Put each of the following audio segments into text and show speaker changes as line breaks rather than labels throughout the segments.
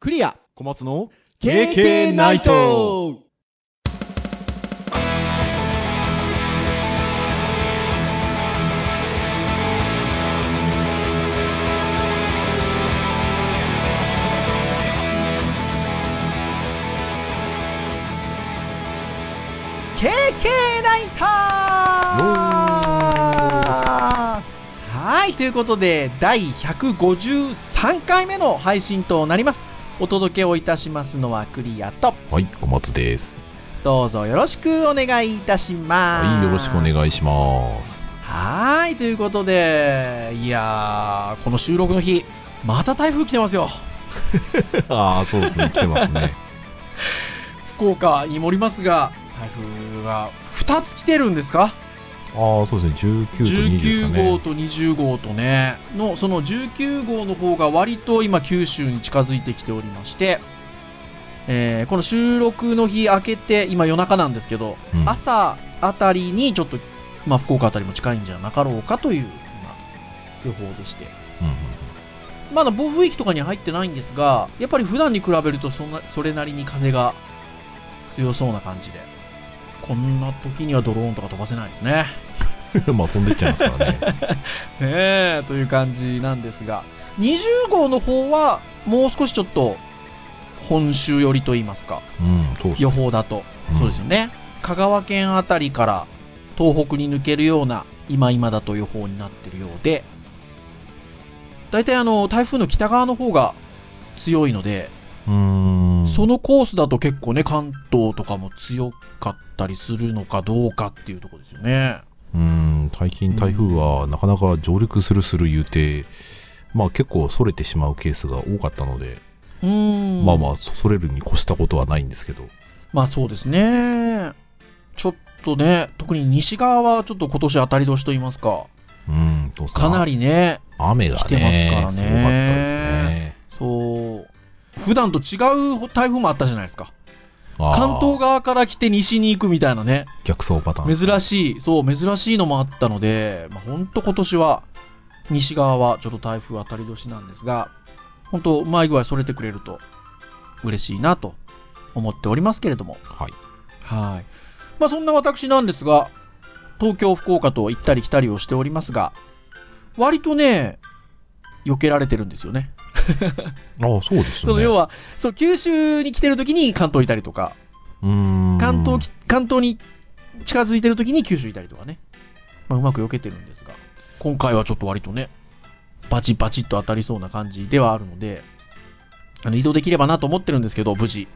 クリア
小松の
KK ナイト
はい、ということで、第153回目の配信となります。お届けをいたしますのはクリアと、
はい、小松です。
どうぞよろしくお願いいたしま
は
す。
い、よろしくお願いし ます。
はい、ということで、いやー、この収録の日、また台風来てますよ。
ああ、そうですね、来てますね。
福岡にもおりますが、台風が2つ来てるんですか
ああ、そうですね、19と20ですか
19号
ね。
と20号とね、のその19号の方が割と今、九州に近づいてきておりまして、えーこの収録の日明けて、今、夜中なんですけど、
うん
朝あたりにちょっと、まあ、福岡あたりも近いんじゃなかろうかという今予報でして、
うんうん
まだ暴風域とかには入ってないんですが、やっぱり普段に比べるとそんなそれなりに風が強そうな感じで、こんな時にはドローンとか飛ばせないですね。
うん まあ、飛んでっちゃいますからね。
ねえという感じなんですが20号の方はもう少しちょっと本州寄りと言いますか
うん、そうです
予
ね。
報だと、
ん
そうですよね香川県あたりから東北に抜けるような今今だと予報になってるようで大体あの台風の北側の方が強いので、
うーん。
そのコースだと結構ね関東とかも強かったりするのかどうかっていうところですよね
うーん、最近台風はなかなか上陸するする言うて、まあ結構それてしまうケースが多かったので、
うーん
まあまあ、そそれるに越したことはないんですけど。
まあそうですね。ちょっとね、特に西側はちょっと今年当たり年と言いますか、
うん、そうですね
かなりね、
雨がね、
来てますからね
すごかったですね。
そう、普段と違う台風もあったじゃないですか。
あー
関東側から来て西に行くみたいなね、
逆走パターン。
珍しい、そう、珍しいのもあったので、まあ、ほんと今年は、西側はちょっと台風当たり年なんですが、本当うまい具合それてくれると嬉しいなと思っておりますけれども。
はい。
はい。まあそんな私なんですが、東京、福岡と行ったり来たりをしておりますが、割とね、避けられてるんですよね。
ああ、そうですね。
その要は、そう、九州に来てる時に関東いたりとか、
うーん、
関東き、関東に近づいてる時に九州いたりとかね。まあ、うまく避けてるんですが、今回はちょっと割とね、バチバチっと当たりそうな感じではあるので、あの移動できればなと思ってるんですけど、無事。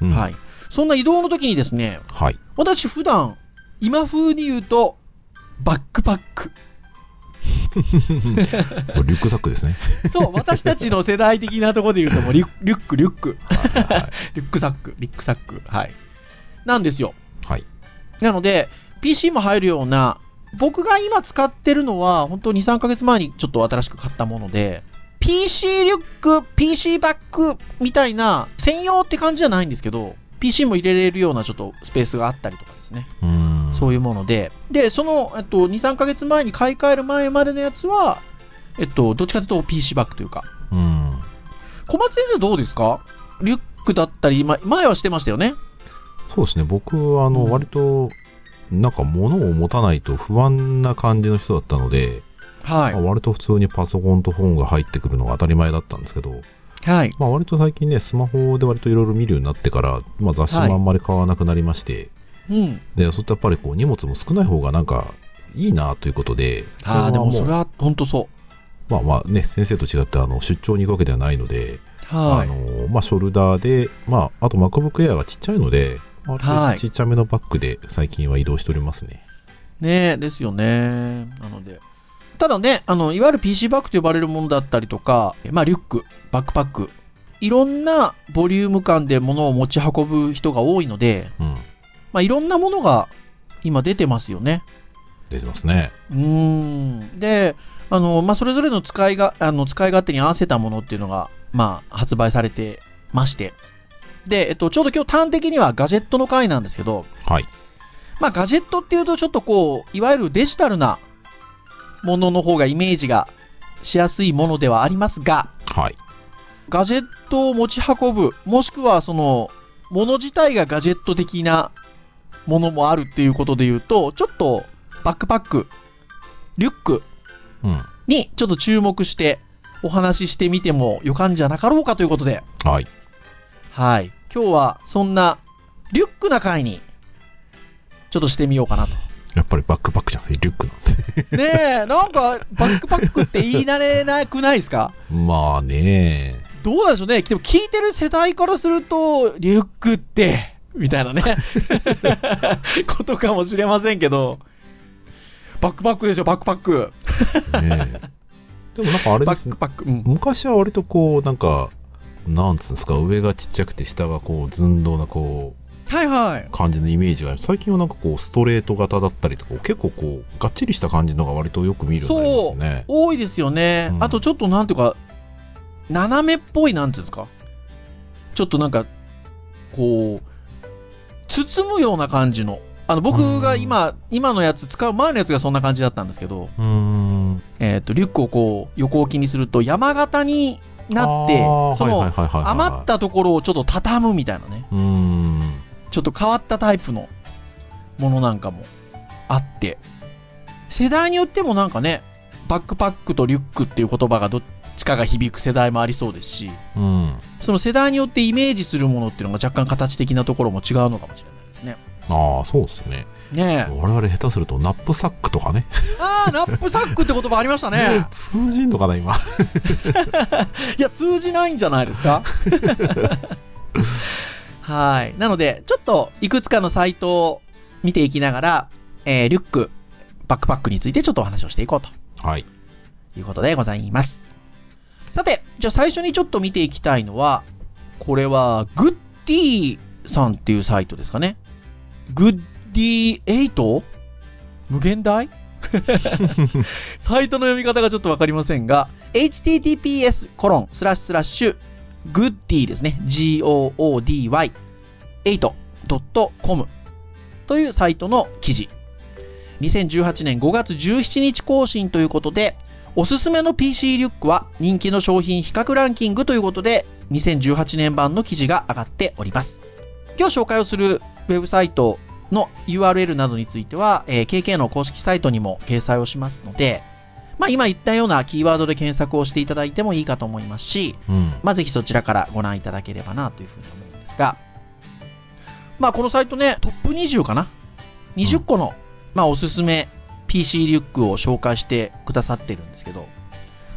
うん
は。い。そんな移動の時にですね、
はい。
私普段今風に言うとバックパック
これリュックサック ですね。
そう私たちの世代的なところで言うとも うリュリュックリュック
は
リュックサックリュックサックはいなんですよ
い。はい。
なので PC も入るような僕が今使ってるのは本当23ヶ月前にちょっと新しく買ったもので PC リュック PC バックみたいな専用って感じじゃないんですけど PC も入れれるようなちょっとスペースがあったりとかですね
うーん。
そういうもので、で、その、えっと、2、3ヶ月前に買い替える前までのやつは、えっと、どっちかというと PC バッグというか、
うん。
小松先生どうですかリュックだったり、ま、前はしてましたよね。
そうですね。僕は、あの、
うん
割と、なんか物を持たないと不安な感じの人だったので、
は
まあ割と普通にパソコンと本が入ってくるのが当たり前だったんですけど、
い。はい。
まあ、割と最近ね、スマホで割といろいろ見るようになってから、まあ、雑誌もあんまり買わなくなりまして、
うん。
で、そうするとやっぱりこう荷物も少ない方がなんかいいなということで、
ああ、で
こ
も
れは
それは本当そ
まあまあね、先生と違ってあの出張に行くわけではないので、
う。は
あ
い。
のまあ、ショルダーで、まあ、あと MacBook Air がちっちゃいので、まあ、
は
ある程
い
度ちっちゃめのバッグで最近は移動しておりますね。
ねえ、ですよね。なので。ただね、あの、いわゆる PC バッグと呼ばれるものだったりとか、まあ、リュック、バックパック、いろんなボリューム感で物を持ち運ぶ人が多いので、
うん、
まあ、いろんなものが今出てますよね。
出てますね。
うーんであの、まあ、それぞれの使いがあの使い勝手に合わせたものっていうのが、まあ、発売されてましてで、えっと、ちょうど今日端的にはガジェットの回なんですけど、
はい。
まあ、ガジェットっていうとちょっとこういわゆるデジタルなものの方がイメージがしやすいものではありますが
はい。
ガジェットを持ち運ぶ、もしくはその、もの自体がガジェット的なものもあるっていうことで言うと、ちょっとバックパック、リュック
うん。
にちょっと注目してお話ししてみてもよかんじゃなかろうかということで、
はい。
はい。今日はそんなリュックな回にちょっとしてみようかなと。
やっぱりバックパックじゃなくてリュックなん ですね。
ねえ、なんかバックパックって言い慣れなくないですか
まあね。
どうなんでしょうね。でも聞いてる世代からすると、リュックって、みたい なね、ことかもしれませんけど、バックパックでしょ、バックパック。
ねでもなんかあれ
バ
です
ッ
ね
ク。パック。うん、
昔は割とこう、なんか、なんつうんですか、上がちっちゃくて下がこう、寸胴なこう、
はいはい。
感じのイメージがある。最近はなんかこう、ストレート型だったりとか、結構こう、がっちりした感じのが割とよく見るようになりますよね。
多いですよね。
うん
あとちょっとなんていうか、斜めっぽい、なんていうんですか。ちょっとなんか、こう、包むような感じの。あの僕が今、今のやつ使う前のやつがそんな感じだったんですけど、
うーん。
えー、とリュックをこう横置きにすると山型になって
あー
そ
はい
の
はいはいはいはい
余ったところをちょっと畳むみたいなね
うーん
ちょっと変わったタイプのものなんかもあって世代によってもなんかねバックパックとリュックっていう言葉がどっちかが響く世代もありそうですし
うん
その世代によってイメージするものっていうのが若干形的なところも違うのかもしれないですね。
ああそうですね
ねえ
我々下手するとナップサックとかね
あーラップサックって言葉ありましたね
通じんのかな今
いや、通じないんじゃないですか はい。なので、ちょっといくつかのサイトを見ていきながら、えーリュック、バックパックについてちょっとお話をしていこうと
はい
いうことでございます。さて、じゃあ最初にちょっと見ていきたいのは、これは、グッディさんっていうサイトですかね。グッディ 8? 無限大 サイトの読み方がちょっとわかりませんが、https コロンスラッシュスラッシュ goody ですね。goody8.com というサイトの記事。2018年5月17日更新ということで、おすすめの PC リュックは人気の商品比較ランキングということで、2018年版の記事が上がっております。今日紹介をするウェブサイトの URL などについては、えー KK の公式サイトにも掲載をしますので、まあ、今言ったようなキーワードで検索をしていただいてもいいかと思いますし、
うん
まあ、ぜひそちらからご覧いただければなというふうに思うんですが、まあ、このサイトね、トップ20かな。20個の、まあ、おすすめ PC リュックを紹介してくださってるんですけど、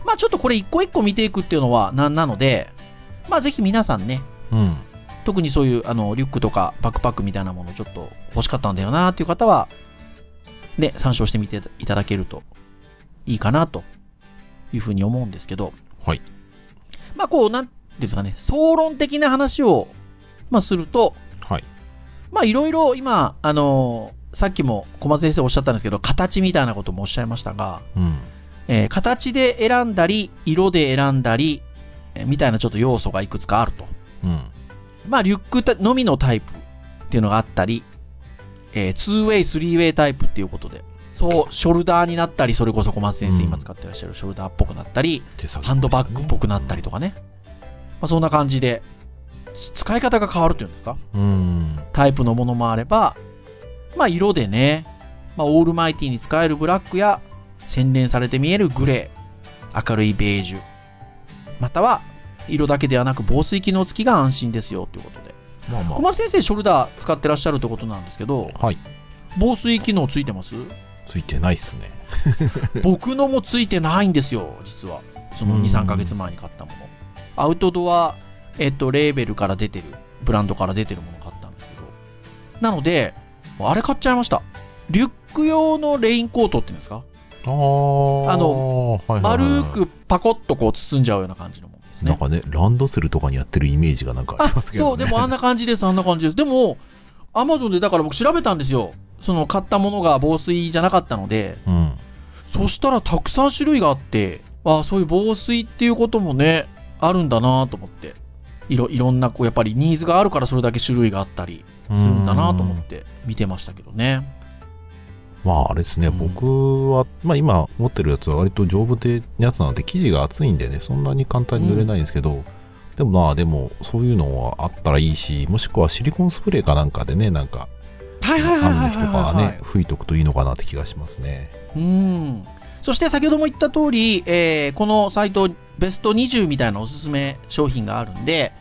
まあ、ちょっとこれ一個一個見ていくっていうのはなんなので、まあ、ぜひ皆さんね、
うん
特にそういうあのリュックとかバックパックみたいなものちょっと欲しかったんだよなっていう方は、ね、参照してみていただけるといいかなというふうに思うんですけど、
はい。
まあこう、なんていうんですかね、総論的な話を、まあ、すると、
はい
まあいろいろ今、あのーさっきも小松先生おっしゃったんですけど、形みたいなこともおっしゃいましたが、
うん
えー形で選んだり、色で選んだり、えーみたいなちょっと要素がいくつかあると。
うん
まあ、リュックたのみのタイプっていうのがあったり、えー、2way、3way タイプっていうことで、そう、ショルダーになったり、それこそ小松先生
うん
今使ってらっしゃるショルダーっぽくなったり、
手先
ハンドバッグっぽくなったりとかね、まあ、そんな感じで、つ使い方が変わるっていうんですか
うん
タイプのものもあれば、まあ、色でね、まあ、オールマイティに使えるブラックや、洗練されて見えるグレー、明るいベージュ、または、色だけではなく防水機能付きが安心ですよということで。
まあま
小松先生ショルダー使ってらっしゃるってことなんですけど
あはい
防水機能ついてます
ついてないっすね
僕のもついてないんですよ実はその
うん
23ヶ月前に買ったものアウトドア、えっと、レーベルから出てるブランドから出てるもの買ったんですけどなのであれ買っちゃいましたリュック用のレインコートっていうんですか
ああの
丸くパコッとこう包んじゃうような感じのものです
なん
ね
かねランドセルとかにやってるイメージがなんかありますけ
そ
ど
う
ね
でもあんな感じですあんな感じですでもアマゾンでだから僕調べたんですよその買ったものが防水じゃなかったので
うん
そしたらたくさん種類があって、ああ、そういう防水っていうこともね、あるんだなと思って。いろ、いろんな、こう、やっぱりニーズがあるからそれだけ種類があったりするんだなと思って見てましたけどね。
まああれですね、
うん
僕は、まあ、今持ってるやつは割と丈夫でやつなので生地が厚いんでねそんなに簡単に濡れないんですけど、でもまあ、でも、そういうのはあったらいいし、もしくはシリコンスプレーかなんかでね、なんか、
はいはいはい
雨の
はい
日と
はい
か
はい
ね、吹いとくといいのかなって気がしますね。
うんそして先ほども言った通り、えーこのサイトベスト20みたいなおすすめ商品があるんで、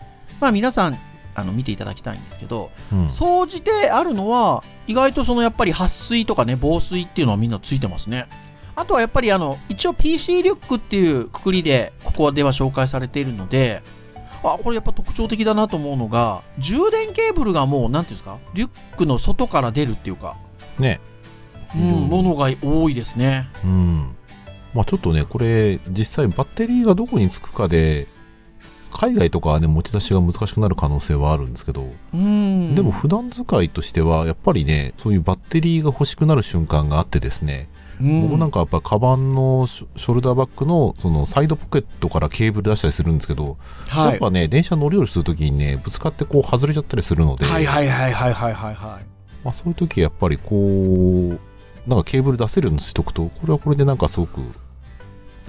まあ、皆さんあの見ていただきたいんですけど
うん。
総じてあるのは意外とそのやっぱり撥水とかね防水っていうのはみんなついてますねあとはやっぱりあの一応 PC リュックっていうくくりでここでは紹介されているのであこれやっぱ特徴的だなと思うのが充電ケーブルがもうなんていうんですかリュックの外から出るっていうか、
ね。
うん
うん
ものが多いですね
うん。まあちょっとね、これ、実際バッテリーがどこにつくかで、海外とかはね、持ち出しが難しくなる可能性はあるんですけど、
うん
でも普段使いとしては、やっぱりね、そういうバッテリーが欲しくなる瞬間があってですね、僕なん
か、
かやっぱカバンのショショルダーバッグのそのサイドポケットからケーブル出したりするんですけど、
は
やっ
い、
ぱね、電車乗り降りするときにね、ぶつかってこう外れちゃったりするので、
はいはいはいはいはいはいはい
まあ、そういう時やっぱりこう、なんかケーブル出せるようにしとくと、これはこれでなんかすごく、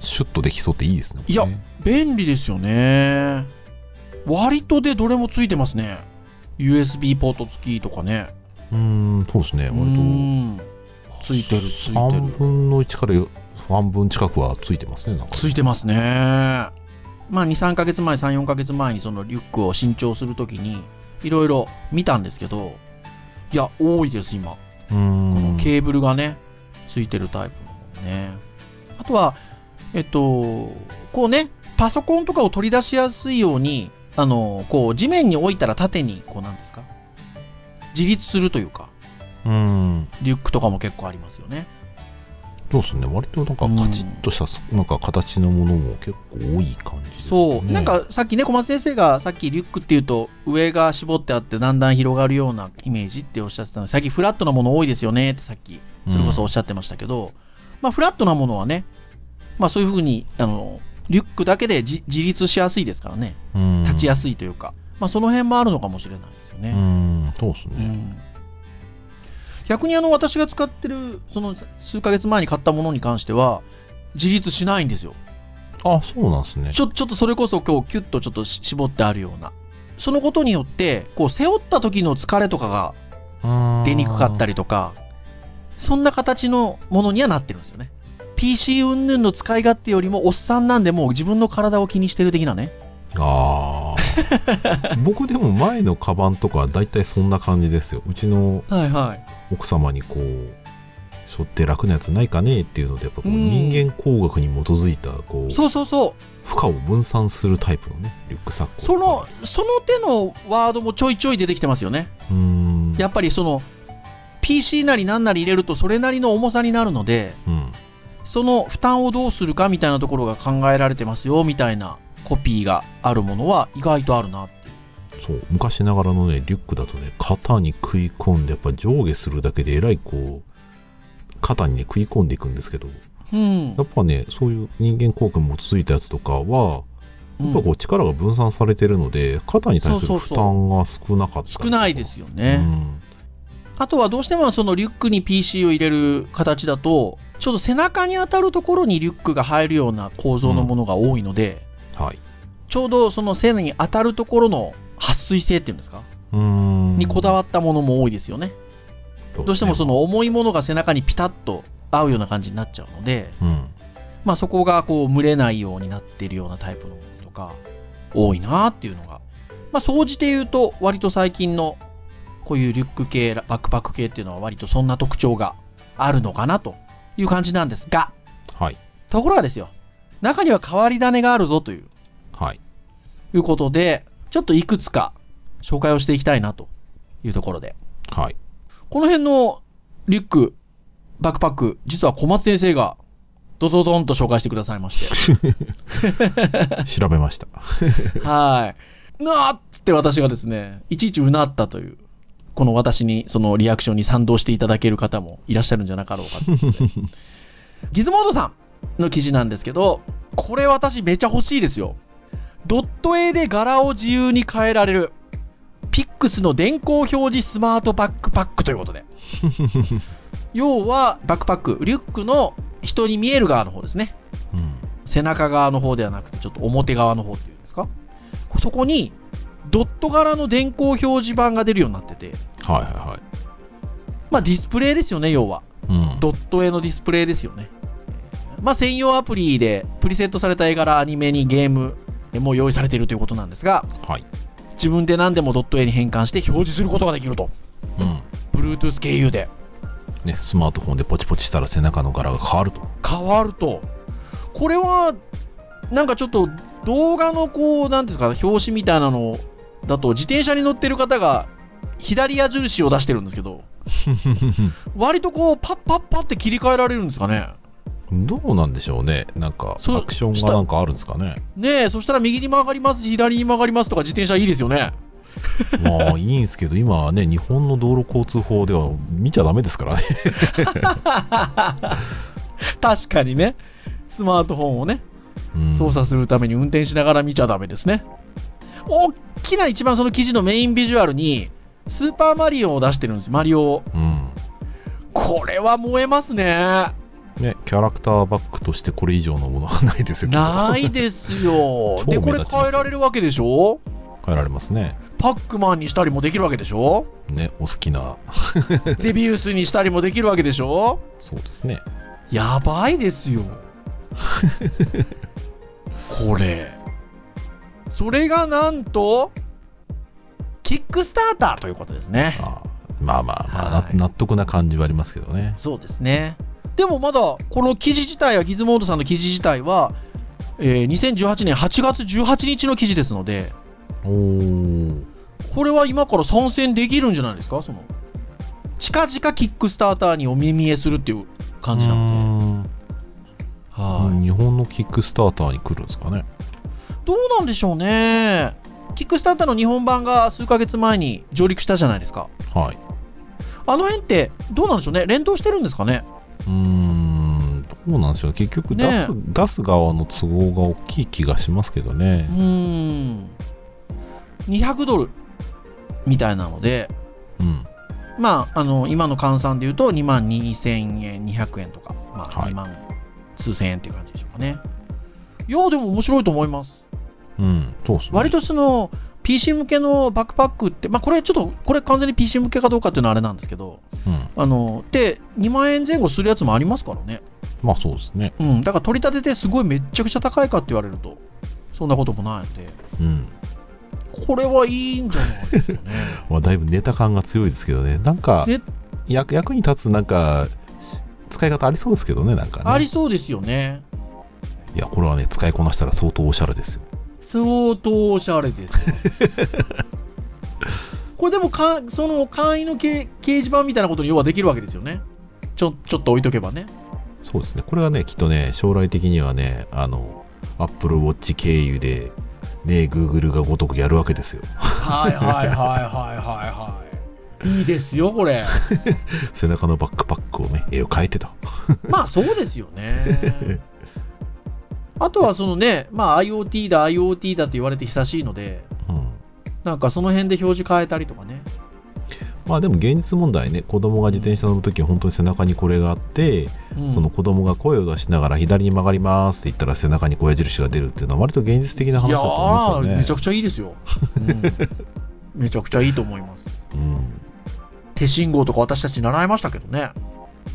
シュッとできそうっていいですね。
いや
これね
便利ですよね割とでどれもついてますね USB ポート付きとかね
うーん、そうですね、
う
割
ん
と。
ついてるついてる
3分の1から半分近くはついてますね、なんか、
ついてますねまあ23ヶ月前34ヶ月前にそのリュックを新調するときにいろいろ見たんですけどいや多いです今
うーん
このケーブルがね、ついてるタイプのものね。あとは、えっと、こうね、パソコンとかを取り出しやすいように、あの、こう、地面に置いたら縦に、こう、なんですか、自立するというか、
うーん、
リュックとかも結構ありますよね。
そうですね、割となんかカチッとした、なんか形のものも結構多い感じです、ね。
そう、なんかさっきね、小松先生がさっきリュックっていうと、上が絞ってあって、だんだん広がるようなイメージっておっしゃってたので、最近フラットなもの多いですよねってさっきそれこそおっしゃってましたけど、まあ、フラットなものはね、まあ、そういうふうにあのリュックだけでじ自立しやすいですからね、
うん、
立ちやす
い。
いというか、まあ、その辺もあるのかもしれないですよ
う
ね。
ん、そうです
う
ね。
ん逆にあの私が使ってるその数ヶ月前に買ったものに関しては自立しないんですよ
あ、そうなんですね。
ちょちょっとそれこそ今日キュッとちょっとし絞ってあるようなそのことによってこう背負った時の疲れとかが出にくかった
り。
りとか、そんな形のものにはなってるんですよね。PC 云々の使い勝手よりもおっさんなんでもう自分の体を気にしてる的なね。
ああ。僕でも前のカバンとか大体そんな感じですよ。うちの
はいはい。
奥様にこう、背負って楽なやつないかねっていうので、やっぱこう
うん
人間工学に基づいた、こう、
そうそうそう。
負荷を分散するタイプのね、リュックサックを。
その、その手のワードもちょいちょい出てきてますよね。
うん。
やっぱりその、PC なりなんなり入れるとそれなりの重さになるので、
うん。
その負担をどうするかみたいなところが考えられてますよ、みたいなコピーがあるものは意外とあるなっていう。
そう昔ながらのねリュックだとね肩に食い込んでやっぱ上下するだけでえらいこう肩にね食い込んでいくんですけど
うん
や。っぱねそういう人間効果に基づいたやつとかは
うん
やっぱこう力が分散されてるので肩に対す
そ
る
う
負
そうそう
担が少なかったりとか
少ないですよね。
うん
あとはどうしてもそのリュックに PC を入れる形だと、ちょうど背中に当たるところにリュックが入るような構造のものが多いので、
はい
ちょうどその背に当たるところの撥水性っていうんですか、
うーん
にこだ
わ
わったものも多いですよね。どうしてもその重いものが背中にピタッと合うような感じになっちゃうので、
うん
まあそこがこう蒸れないようになっているようなタイプのものとか、多いなっていうのが。まあ総じて言うと、割と最近のこういうリュック系、バックパック系っていうのは割とそんな特徴があるのかなという感じなんですが、
はい
ところがですよ、中には変わり種があるぞという、
はい
いうことで、ちょっといくつか紹介をしていきたいなというところで。
はい
この辺のリュック、バックパック、実は小松先生がドドドンと紹介してくださいまして。
調べました
はい。うわーっつって私がですね、いちいちうなったという、この私に、そのリアクションに賛同していただける方もいらっしゃるんじゃなかろうかということでギズモードさんの記事なんですけど、これ私めちゃ欲しいですよ。ドット絵で柄を自由に変えられる。ピックスの電光表示スマートバックパックということで。要は、バックパック、リュックの人に見える側の方ですね。
うん
背中側の方ではなくて、ちょっと表側の方っていうんですか。そこにドット柄の電光表示板が出るようになってて、
はいは
まあ、ディスプレイですよね、要は。
いはい。
ドット絵のディスプレイですよね。まあ、専用アプリでプリセットされた絵柄、アニメにゲームえもう用意されているということなんですが、
うん。はい。
自分で何でもドット絵に変換して表示することができると。
うん。
Bluetooth 経由で。
ね、スマートフォンでポチポチしたら背中の柄が変わると。
変わると。これは、なんかちょっと動画のこう、なんていうんですか、表紙みたいなのだと、自転車に乗ってる方が左矢印を出してるんですけど、割とこう、パッパッパって切り替えられるんですかね。
どうなんでしょうね。なんか、
そう
アクションがなんかあるんですかね。
ねえ、そしたら右に曲がります、左に曲がりますとか、自転車いいですよね。
まあいいんですけど、今はね、日本の道路交通法では見ちゃダメですからね。
確かにね。スマートフォンをね、
うん
操作するために運転しながら見ちゃダメですね。大きな一番その記事のメインビジュアルに、スーパーマリオを出してるんです、マリオを。
うん。
これは燃えますね。
ね、キャラクターバックとしてこれ以上のものはないですよ。きっと。
ないですよ
超
で、こ
目
れ
立ちますよ
変えられるわけでしょ
変えられますね。
パックマンにしたりもできるわけで しょ
ね、お好きな、
ゼビウスにしたりもできるわけでしょ
そうですね。
やばいです よ。これ。それがなんと、キックスターターということですね。
あーまあまあまあ、
はい
な納得な感じはありますけどね。
そうですね。でもまだ、この記事自体は、ギズモードさんの記事自体は、えー2018年8月18日の記事ですので、
おー
これは今から参戦できるんじゃないですかその近々キックスターターにお目見えするっていう感じな
う
ので、
ーん
はい
日本のキックスターターに来るんですかね。
どうなんでしょうねキックスターターの日本版が数ヶ月前に上陸したじゃないですか
はい。
あの辺ってどうなんでしょうね連動してるんですかね
うーん、どうなんでしょうね。結局出す、出す側の都合が大きい気がしますけど
う
ね
ー。ん200ドルみたいなので
うん。
まああの今の換算でいうと2万2000円200円とか、まあ、
はい
2万数千円っていう感じでしょうかね、い、やでも面白いと思います
うん、そうですね。
割とその PC 向けのバックパックって、まあ、これちょっとこれ完全に PC 向けかどうかっていうのはあれなんですけど
うん、
あので2万円前後するやつもありますからね、
まあそうですね。
うん、だから取り立ててすごいめっちゃくちゃ高いかって言われるとそんなこともないので
うん。
これはいいんじゃないですかね
まあ、だいぶネタ感が強いですけどね。なんか
ね、
役役に立つ、なんか、し使い方ありそうですけどね、なんかね。
ありそうですよね
いや、これはね、使いこなしたら相当おしゃれですよ。
相当おしゃれですよこれでもかその簡易のけ掲示板みたいなことに要はできるわけですよねちょちょっと置いとけばね
そうですね。これはね、きっとね、将来的にはね、あの、Apple Watch 経由で、ね、Google がごとくやるわけですよ。
はいはいはいはいはいはい。いいですよ、これ。
背中のバックパックをね、絵を描いてた。
まあそうですよね。あとはそのね、まあ IoT だ IoT だって言われて久しいので、
うん。
なんかその辺で表示変えたりとかね。
まあでも現実問題ね、子供が自転車乗るときは本当に背中にこれがあって、
うん
その子供が声を出しながら左に曲がりますって言ったら背中に小矢印が出るっていうのは割と現実的な話だと思うん
いやー
で
め
す
ちゃ
よね
く。ちゃいいですよ。うんめちゃくちゃいいと思います。
うん、
手信号とか私たち習いましたけどね。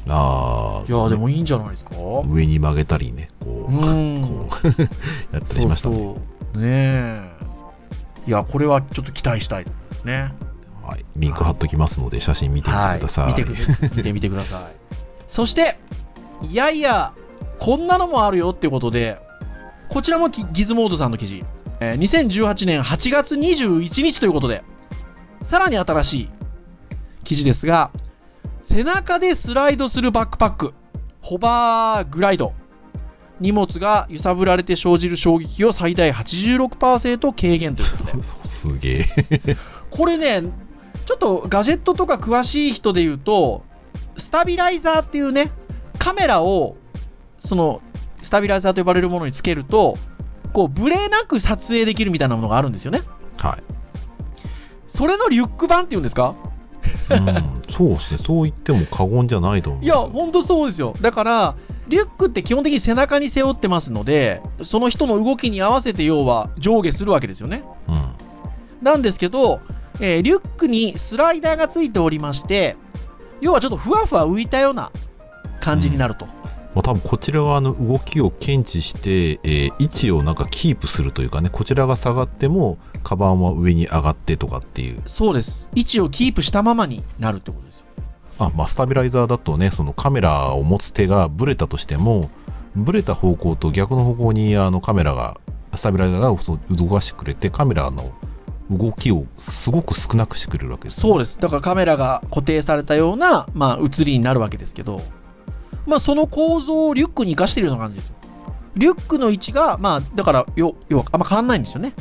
あ
いやー
あ、
でもいいんじゃないですか。う
上に曲げたりね、こう、
ん。
こう やったりしましたね。
そうそうねえ。いや、これはちょっと期待したいと思いますね。
はい、リンク貼っときますので写真見てみてください。
はい、見てく見てみてくださいそしていやいやこんなのもあるよってことでこちらもギギズモードさんの記事、えー2018年8月21日ということでさらに新しい記事ですが背中でスライドするバックパックホバーグライド荷物が揺さぶられて生じる衝撃を最大86%軽減ということで
すげえ。
これね、ちょっとガジェットとか詳しい人で言うと、スタビライザーっていうね、カメラを、その、スタビライザーと呼ばれるものにつけると、こう、ブレなく撮影できるみたいなものがあるんですよね。
はい。
それのリュック版っていうんですか
うん、そうですね。そう言っても過言じゃないと思う。
いや、ほんとそうですよ。だから、リュックって基本的に背中に背負ってますのでその人の動きに合わせて要は上下するわけですよね
うん。
なんですけど、えーリュックにスライダーがついておりまして要はちょっとふわふわ浮いたような感じになると、
もう多分こちら側の動きを検知して、えー位置をなんかキープするというかね、こちらが下がっても、カバンは上に上がってとかっていう、
そうです位置をキープしたままになるってことですよ
あ、まあ、スタビライザーだとね、そのカメラを持つ手がブレたとしても、ブレた方向と逆の方向にあのカメラが、スタビライザーがその動かしてくれて、カメラの動きをすごく少なくしてくれるわけです、ね。
そう
で
ですだからカメラが固定されたような、まあ、写りになるわけですけど、まあ、その構造をリュックに生かしているような感じですよリュックの位置が、まあ、だからよ要はあんま変わんないんですよね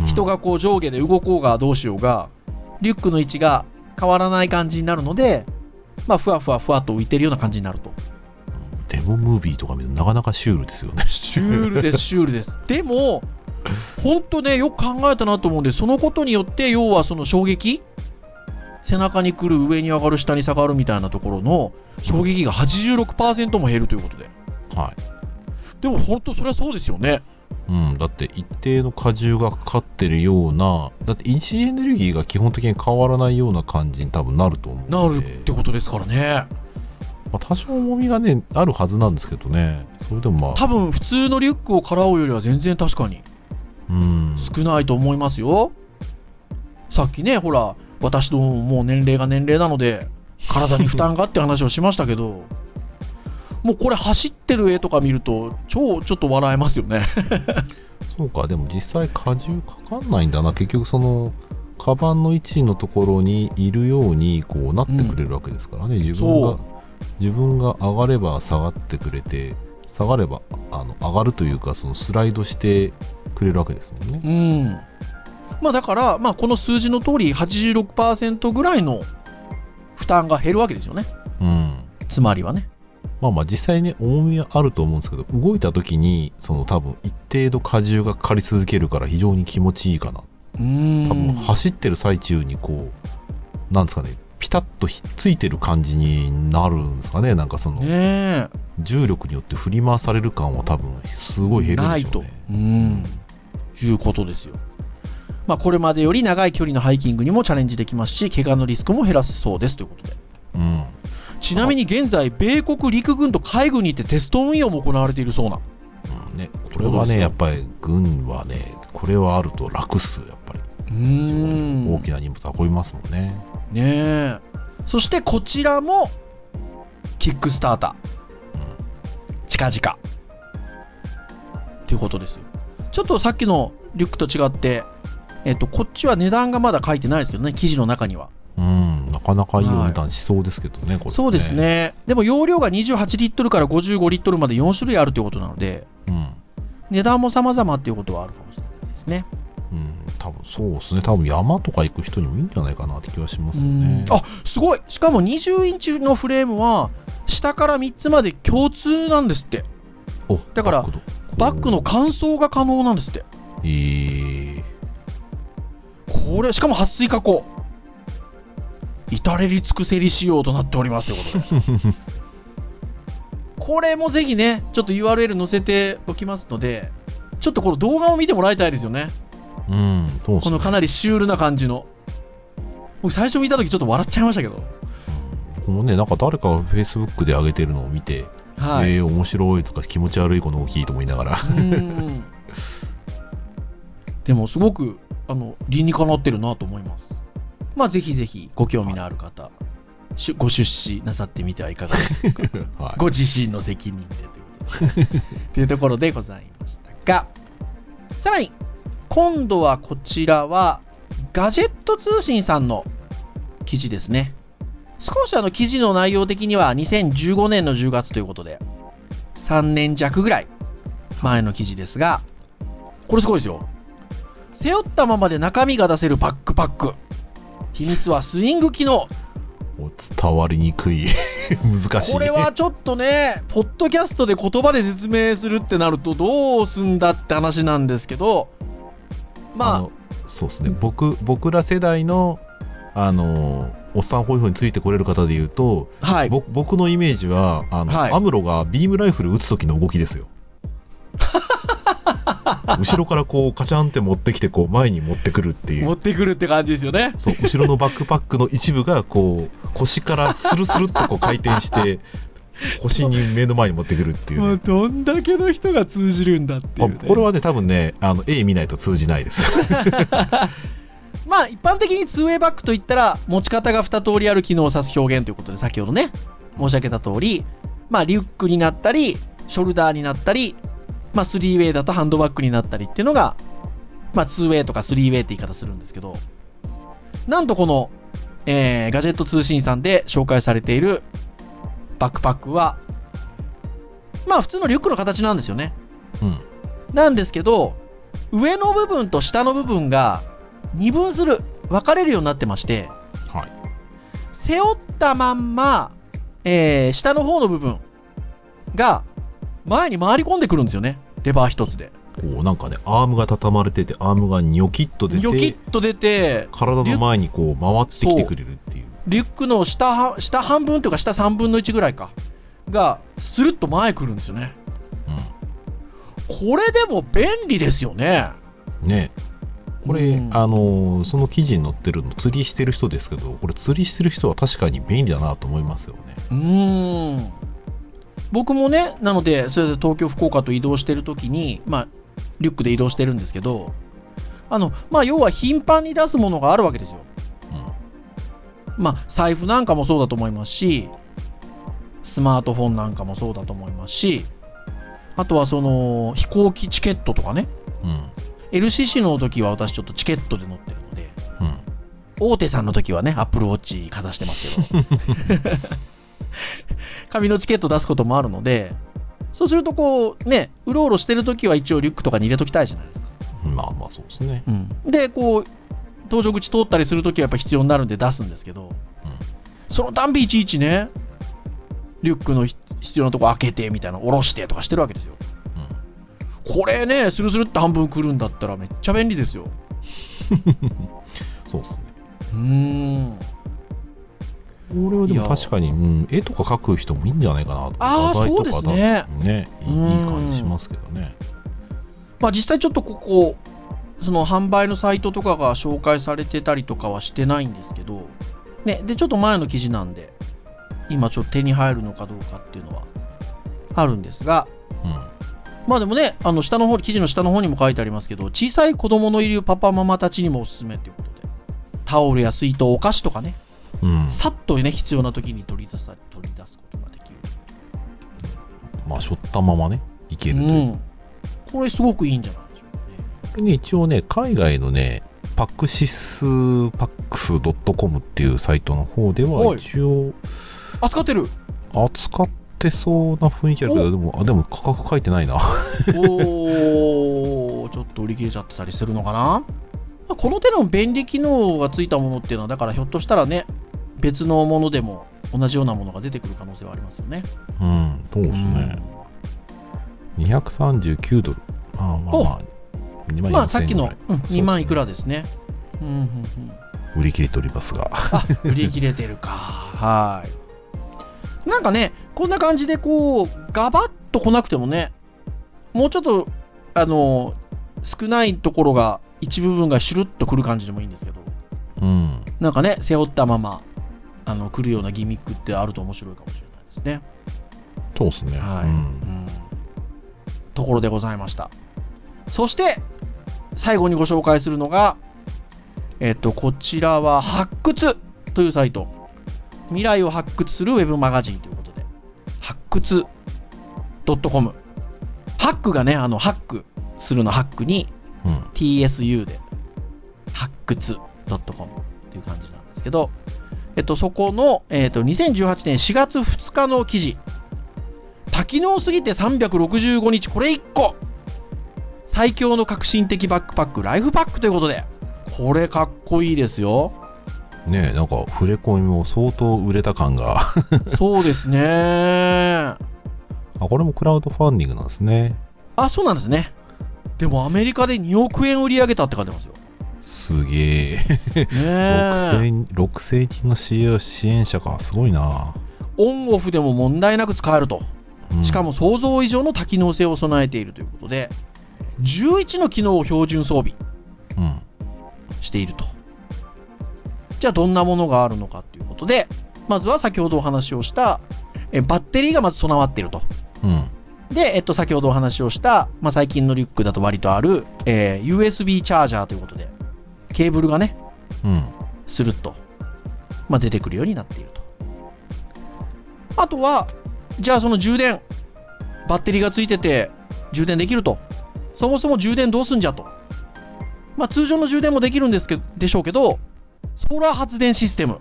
す
人がこう上下で動こうがどうしようがリュックの位置が変わらない感じになるので、まあ、ふわふわふわと浮いてるような感じになると
デモムービーとか見るとなかなかシュールですよね。
シュールですシュールですでも本当ねよく考えたなと思うんでそのことによって要はその衝撃背中に来る上に上がる下に下がるみたいなところの衝撃が86%も減るということで
はい。
でも本当それはそうですよね
うん、だって一定の荷重がかかってるような、だって一時エネルギーが基本的に変わらないような感じに多分なると思う
な
ので。
るってことですからね
まあ、多少重みがね、あるはずなんですけどね。それでもまあ、
多分普通のリュックをからうよりは全然確かに
うん。
少ないと思いますよさっきねほら私どももう年齢が年齢なので体に負担がって話をしましたけどもうこれ走ってる絵とか見ると超ちょっと笑えますよね
そうか、でも実際荷重かかんないんだな。結局その、カバンの位置のところにいるようにこうなってくれるわけですからね。自分
そう
が、自分が上がれば下がってくれて、下がればあの上がるというか、そのスライドしてくれるわけですもんね。
うんまあだから、まあ、この数字の通り86%ぐらいの負担が減るわけですよね
うん。
つまりはね
まあまあ実際ね、重みはあると思うんですけど、動いた時に、その多分一定の荷重がかかり続けるから非常に気持ちいいかな。
うん
多分走ってる最中にこう、なんですかね、ピタッとひっついてる感じになるんですかね、なんかその、
ね
重力によって振り回される感は多分すごい減
え
るん
な
で
い
しょう
と
ね。
うんいうことですよ。まあ、これまでより長い距離のハイキングにもチャレンジできますし、怪我のリスクも減らせそうですということで。
うん。
ちなみに現在、米国陸軍と海軍にてテスト運用も行われているそうな。
うんね、これはね、やっぱり軍はね、これはあると楽っす、やっぱり。
う
非常に大
ん。
きな荷物運びますもんね。
ねえ。そしてこちらも、キックスターター。近々。ということですよ。ちょっとさっきのリュックと違って、えっと、こっちは値段がまだ書いてないですけどね、記事の中には。
うん、なかなかいいお値段しそうですけどね、これ、ね。
そうです。ね、でも容量が28リットルから55リットルまで4種類あるということなので、
うん。
値段も様々っていうことはあるかもしれないですね。
うん、多分そうですね、多分山とか行く人にもいいんじゃないかなって気はしますよね。
あすごい、しかも20インチのフレームは、下から3つまで共通なんですって、
お
だか
バ
ら
ックの
バッグの乾燥が可能なんですって、
えー
これ、しかも撥水加工、至れり尽くせり仕様となっておりますということで。 これもぜひね、ちょっと URL 載せておきますので、ちょっとこの動画を見てもらいたいですよね。
うん、そうですね
このかなりシュールな感じの僕最初見た時ちょっと笑っちゃいましたけど
このね、なんか誰かが Facebook で上げてるのを見て、
はい、
えー、面白いとか気持ち悪いこの動きと思いな がら、
うーんでもすごくあの理にかなってるなと思いますまあぜひぜひご興味のある方、しゅご出資なさってみてはいかがでしょう
は
ご自身の責任でということでというところでございましたがさらに今度はこちらはガジェット通信さんの記事ですね少しあの記事の内容的には2015年の10月ということで3年弱ぐらい前の記事ですがこれすごいですよ背負ったままで中身が出せるバックパック秘密はスイング機能
い、伝わりにくい 難しい、ね、
これはちょっとね、ポッドキャストで言葉で説明するってなると、どうすんだって話なんですけど、
あ
ま
のそうですね僕僕ら世代のあのーおっさんホイフについてこれる方で言うと、
はい。
僕僕のイメージはあの、
はい
アムロがビームライフル撃つ時の動き ですよ後ろからこうカチャンって持ってきてこう前に持ってくるってい
持
う
ってくるって感じですよね。
そう後ろのバックパックの一部がこう腰からスルスルっとこう回転して腰に目の前に持ってくるっていう、
もう
ね
どんだけの人が通じるんだっていう、ね。
あこれはね多分ねあの A 見ないと通じないです
まあ一般的に 2way バックといったら持ち方が2通りある機能を指す表現ということで先ほどね申し上げた通りまあリュックになったりショルダーになったりまあ 3way だとハンドバッグになったりっていうのがまあ 2way とか 3way って言い方するんですけどなんとこの、えーガジェット通信さんで紹介されているバックパックはまあ普通のリュックの形なんですよね
うん
なんですけど、上の部分と下の部分が二分する、分かれるようになってまして、
はい
背負ったまんま、えー下の方の部分が前に回り込んでくるんですよね。レバー一つで。
こうなんかねアームが畳まれててアームがニョキッと出
ニョキ
て
ッと出て、
体の前にこう回ってきてくれるっていう
リュックの下は下半分というか下3分の1ぐらいか、がスルッと前来るんですよね。これでも便利ですよね。
うん、ねこれ、
うん
あのーその記事に載ってるの釣りしてる人ですけどこれ釣りしてる人は確かに便利だなと思いますよね
うーん僕もねなのでそれで東京福岡と移動してる時にまあリュックで移動してるんですけどあのまあ要は頻繁に出すものがあるわけですよまあ財布なんかもそうだと思いますしスマートフォンなんかもそうだと思いますしあとはその飛行機チケットとかね
うんうん
LCC の時は私ちょっとチケットで乗ってるので
うん
大手さんの時はね、アップルウォッチかざしてますけど、 紙のチケット出すこともあるので、そうするとこう、ね、うろうろしてる時は一応リュックとかに入れときたいじゃないですか。
まあまあそうですね
で、こう、搭乗口通ったりする時はやっぱ必要になるんで出すんですけど、そのたんびいちいちね、リュックのひ必要なとこ開けてみたいな、下ろしてとかしてるわけですよ。これね、スルスルって半分くるんだったらめっちゃ便利ですよ。
そうですね
うーん。
これはでも
いや
確かに、うん、絵とか描く人もいいんじゃないかなと
あー
画材とか
そうです
出すねいい
うん
いい感じしますけどね
まあ、実際ちょっとここその販売のサイトとかが紹介されてたりとかはしてないんですけど、ね、でちょっと前の記事なんで今ちょっと手に入るのかどうかっていうのはあるんですが
うん
まあでもねあの下の方記事の下の方にも書いてありますけど小さい子供のいるパパママたちにもおすすめということでタオルや水筒お菓子とかね
うん
さっとね必要な時に取り出さ取り出すことができる
まあしょったままねいけるという、
うん、これすごくいいんじゃないでしょうかね
これね一応ね海外のねパクシスパックス .com っていうサイトの方で
は
はい一応
扱ってる
扱ってそうな雰囲気あるけどでもあでも価格書いてないな
おーちょっと売り切れちゃってたりするのかなまあこの手の便利機能がついたものっていうのはだからひょっとしたらね別のものでも同じようなものが出てくる可能性はありますよね
うんそうですね、239ドルまあまあまあ2
うん
万
まあさっき
4000円ぐ
の
らい、
う
す
ん、
ね
2万いくらですねうんうんうん
売り切れておりますが
あ売り切れてるかはいなんかねこんな感じでこうガバッと来なくてもねもうちょっとあの少ないところが一部分がシュルッとくる感じでもいいんですけど
うん
なんかね、背負ったまま、あの、来るようなギミックってあると面白いかもしれないですね。
そうですね、
はい。
うん
うんところでございました。そして、最後にご紹介するのが、えっと、こちらは、発掘というサイト。未来を発掘するウェブマガジンということで、発掘 .com。ハックがね、あの、ハックするのハックに、
うん
tsu で、発掘 .com っていう感じなんですけど、えっと、そこの、えっと、2018年4月2日の記事、多機能すぎて365日、これ1個最強の革新的バックパック、ライフパックということで、これかっこいいですよ。
ねえなんか触れ込みも相当売れた感が
そうですね。あ、
あこれもクラウドファンディングなんですね
そうなんですね。でもアメリカで2億円売り上げたって書いてますよ。
すすげえ。
ねえ
6000 6000人の支援支援者か、すごいな。
オンオフでも問題なく使えると
うん
しかも想像以上の多機能性を備えているということで11の機能を標準装備
うん、
しているとじゃあどんなものがあるのかということでまずは先ほどお話をしたえバッテリーがまず備わっていると
うん、
で、えっと、先ほどお話をした、まあ、最近のリュックだと割とある、えー USB チャージャーということでケーブルがね
うん、
するっと、まあ、出てくるようになっているとあとはじゃあその充電バッテリーがついてて充電できるとそもそも充電どうすんじゃと、まあ、通常の充電もできるんですけでしょうけどソーラー発電システム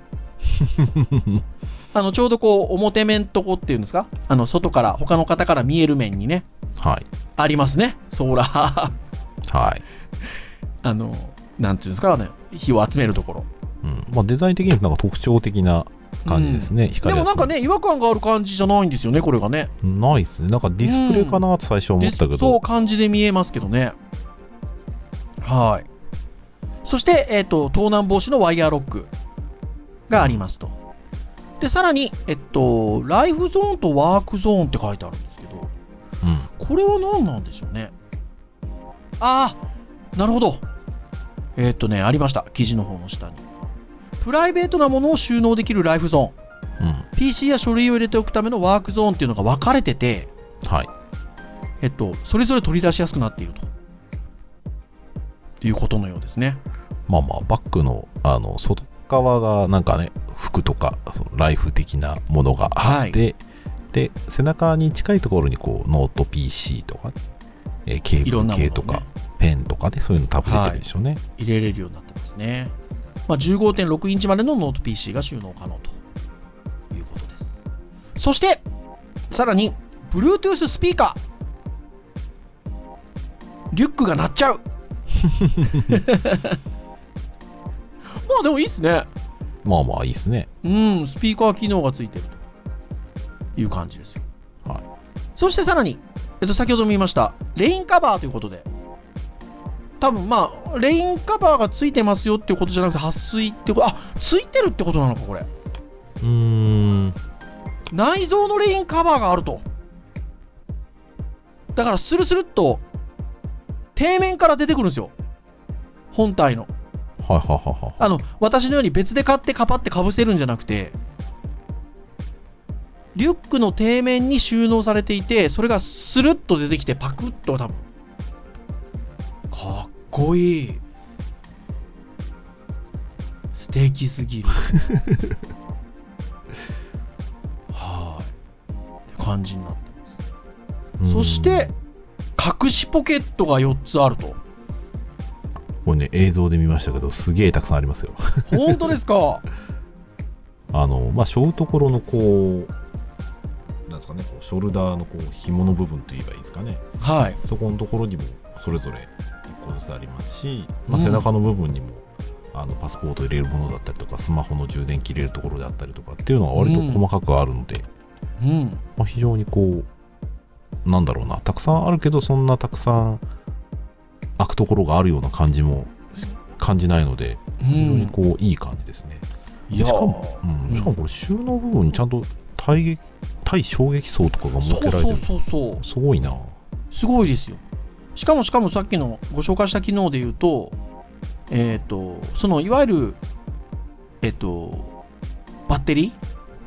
あのちょうどこう表面とこっていうんですかあの外から他の方から見える面にね
はい、
ありますねソーラー
はい。
あのなんていうんですかね火を集めるところ
うんまあ、デザイン的になんか特徴的な感じですね、
で
光
も
やつ
なんかね違和感がある感じじゃないんですよねこれがね
ないですねなんかディスプレイかなって最初思ったけ
そう
ど、
感じで見えますけどねはいそして、えっと盗難防止のワイヤーロックがありますとでさらに、えっと、ライフゾーンとワークゾーンって書いてあるんですけど
うん
これは何なんでしょうねああなるほどえっとねありました記事の方の下にプライベートなものを収納できるライフゾーン
うん、
PC や書類を入れておくためのワークゾーンっていうのが分かれてて、
はい
えっと、それぞれ取り出しやすくなっていると。いうことのようですね。
まあまあバッグのあの外側がなんかね服とかそのライフ的なものがあって、で背中に近いところにこうノート PC とかね、えーケ
いろ
ー
ん
ブ
な
ル系
ものをね
とか、ペンとかねそういうのタブレットでしょうね、
入れれるようになってますね。まあ、15.6インチまでのノート PC が収納可能ということです。そして、さらに、Bluetooth スピーカー。リュックが鳴っちゃ う。 まあでもいいっすね。
まあまあいいですね
うん、スピーカー機能がついてるという感じですよ。
はい
そしてさらに、えっと、先ほども言いました、レインカバーということで、多分まあ、レインカバーがついてますよっていうことじゃなくて、撥水ってこと、あついてるってことなのか、これ。
うーん
内蔵のレインカバーがあると。だから、スルスルっと、底面から出てくるんですよ。本体の。
はいはいはいはい
あの、私のように別で買ってカパってかぶせるんじゃなくて、リュックの底面に収納されていて、それがスルッと出てきてパクッと多分。かっこいい。素敵すぎる。 はーい。って感じになってます。
うん
そして、隠しポケットが4つあると。
これね映像で見ましたけどすげえたくさんありますよ
本当です か
あの、まあ、背負うところのこう、なんですかね、こうショルダーのこう紐の部分といえばいいですかね、
はい。
そこのところにもそれぞれ1個ずつありますし、ま
うん
あ、背中の部分にも、あのパスポート入れるものだったりとか、スマホの充電器入れるところであったりとかっていうのが割と細かくあるので、
うん。
まあ、非常にこう、なんだろうな、たくさんあるけど、そんなたくさん開くところがあるような感じも感じないので、
う
非常に
ん。
こう、いい感じですね。
いや
しか
ー
もうん、しかもこれ収納部分にちゃんと耐撃耐衝撃層とかが設
そ
け
う
られて
そ
る
うそうそう。
すごいな
すごいですよ。しかもしかもさっきのご紹介した機能で言うと、えっ、と、そのいわゆる、えっ、と、バッテリ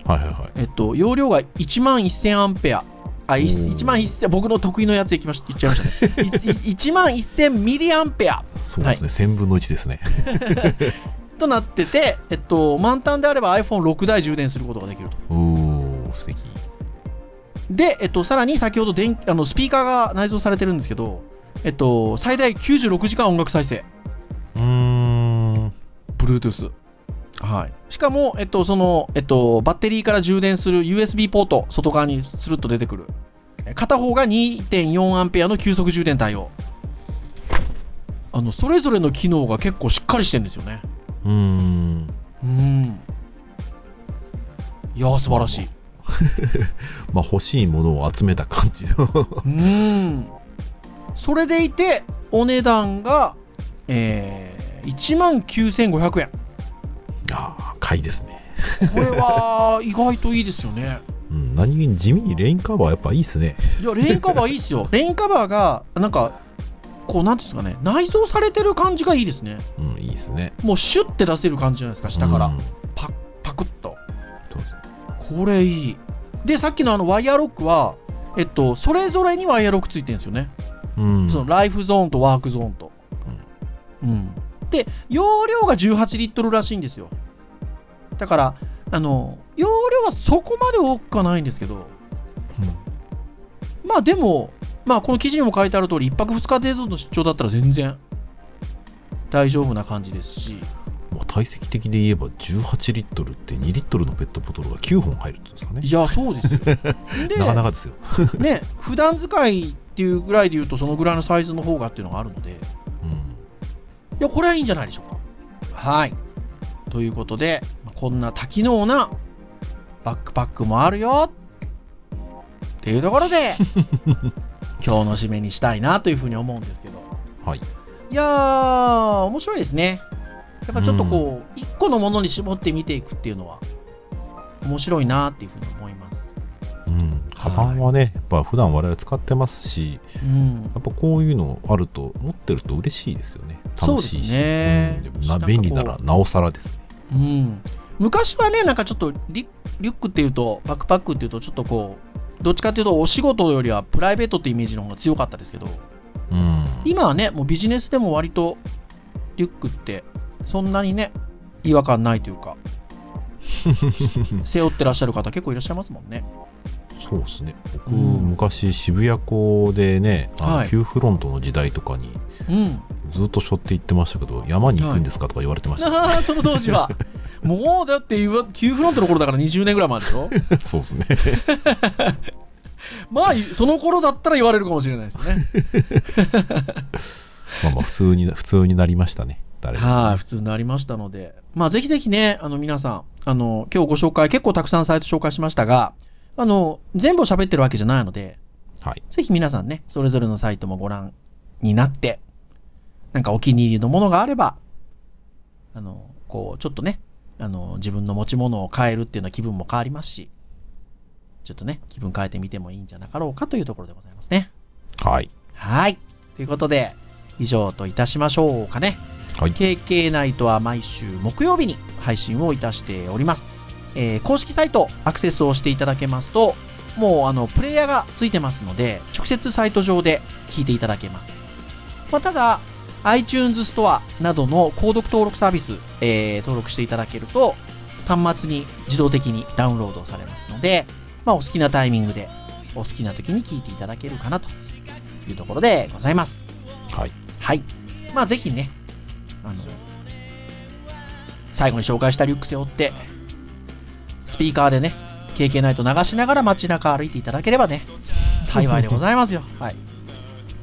ー、
はいはいはい
えっ、と、容量が1万1000アンペア。あ、い
おー
1万1000、僕の得意のやついきまし言っちゃいましたね。いい1万1000ミリアンペア
そうですね、1000分の1ですね
となってて、えっと、満タンであれば iPhone6 台充電することができると。
おー素敵
で、えっと、さらに先ほど電あのスピーカーが内蔵されてるんですけど、えっと、最大96時間音楽再生。
うーん
Bluetooth。はい、しかも、えっとそのえっと、バッテリーから充電する USB ポート、外側にスルッと出てくる。え片方が2.4アンペアの急速充電対応。あのそれぞれの機能が結構しっかりしてるんですよね。
うーん
うん。いやー、素晴らしい。
まあ欲しいものを集めた感 じの
うん。それでいて、お値段が、え1万9500円
ああ買いですね、
これは意外といいですよね
うん、何気に地味にレインカバーやっぱいいっすね
いやレインカバーいいですよ レインカバーがなんかこうなんていうんですかね内蔵されてる感じがいいですね
うんいいっすね
もうシュッて出せる感じじゃないですか下から、
うん
パクパクッと
そうそう
これいいでさっきのあのワイヤーロックはえっとそれぞれにワイヤーロックついてるんですよね、
うん
そのライフゾーンとワークゾーンとうん、で容量が18リットルらしいんですよだからあの容量はそこまで多くはないんですけどまあでも、まあ、この記事にも書いてある通り、1泊2日程度の出張だったら全然大丈夫な感じですし、
まあ体積的で言えば18リットルって2リットルのペットボトルが9本入るっていうんですかね
いや、そ うですよ。で、
なかなかですよ
ね、普段使いっていうぐらいで言うと、そのぐらいのサイズの方がっていうのがあるので、い
うん
や、これはいいんじゃないでしょうか。はい。ということで、まあこんな多機能なバックパックもあるよっていうとこ ろで、今日の締めにしたいなというふうに思うんですけど。
はい
いやー、面白いですね。やっぱちょっとこう、一個のものに絞って見ていくっていうのは、面白いなっていうふうに思います。
うん、カバンはね、やっぱ普段我々使ってますし、
うん。
やっぱこういうのあると、持ってると嬉しいですよね。楽しいし。
そうですね
うんでもな便利ならなおさらですね。
うん。昔はね、なんかちょっとリリュックっていうと、バックパックっていうと、ちょっとこう、どっちかっていうと、お仕事よりはプライベートってイメージの方が強かったですけど、
うん。
今はね、もうビジネスでも割と、リュックって、そんなにね、違和感ないという か、背負ってらっしゃる方結構いらっしゃいますもんね。
そうですね。僕、
うん
昔渋谷港でね、あ
は
の
い
旧フロントの時代とかに、
うん。
ずっと背負って行ってましたけど、山に行くんですかとか言われてました、
ああ、その当時は。もうだって、旧フロントの頃だから20年ぐらい前でしょ
そうですね。
まあ、その頃だったら言われるかもしれないですよね。
まあまあ、普通に、普通になりましたね。誰も。
はい、普通になりましたので。まあ、ぜひぜひね、あの、皆さん、あの、今日ご紹介、結構たくさんサイト紹介しましたが、あの、全部を喋ってるわけじゃないので、
はい。
ぜひ皆さんね、それぞれのサイトもご覧になって、なんかお気に入りのものがあれば、あの、こう、ちょっとね、あの、自分の持ち物を変えるっていうのは気分も変わりますし、ちょっとね、気分変えてみてもいいんじゃなかろうかというところでございますね。
はい。
はい。ということで、以上といたしましょうかね。
はい。
KK ナイトは毎週木曜日に配信をいたしております。えー公式サイトアクセスをしていただけますと、もうあのプレイヤーがついてますので、直接サイト上で聞いていただけます。まあ、ただ、iTunes ストアなどの購読登録サービス、えー登録していただけると、端末に自動的にダウンロードされますので、まあ、お好きなタイミングで、お好きな時に聞いていただけるかなというところでございます。
はい。
はい。まあ、ぜひね、あの、最後に紹介したリュック背負って、スピーカーでね、KK ナイト流しながら街中歩いていただければね、幸いでございますよ。 はい。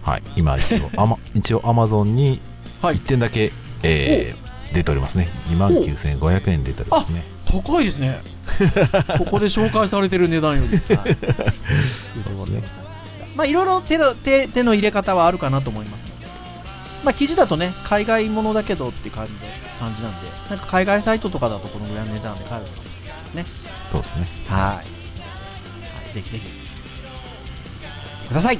はい。今、一応、 アマ、一応、アマゾンに
はい
1点だけ、えー出ておりますね。2万9500円出ておりますね。
高いです ね。ここで紹介されてる値段より。はい、というところでございます まあ、いろいろ手の手手の入れ方はあるかなと思いますので、まあ、記事だとね、海外ものだけどっていう感じで感じなんで、なんか海外サイトとかだとこのぐらいの値段で買えるのかもしれないですね。
そうですね。
はい。ぜひぜひ。ください。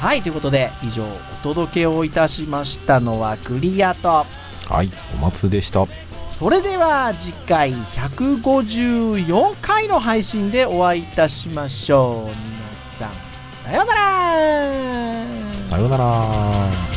はい、ということで、以上、お届けをいたしましたのはクリアと、
はい。お待つでした。
それでは次回154回の配信でお会いいたしましょう。皆さん、さようなら
さようなら。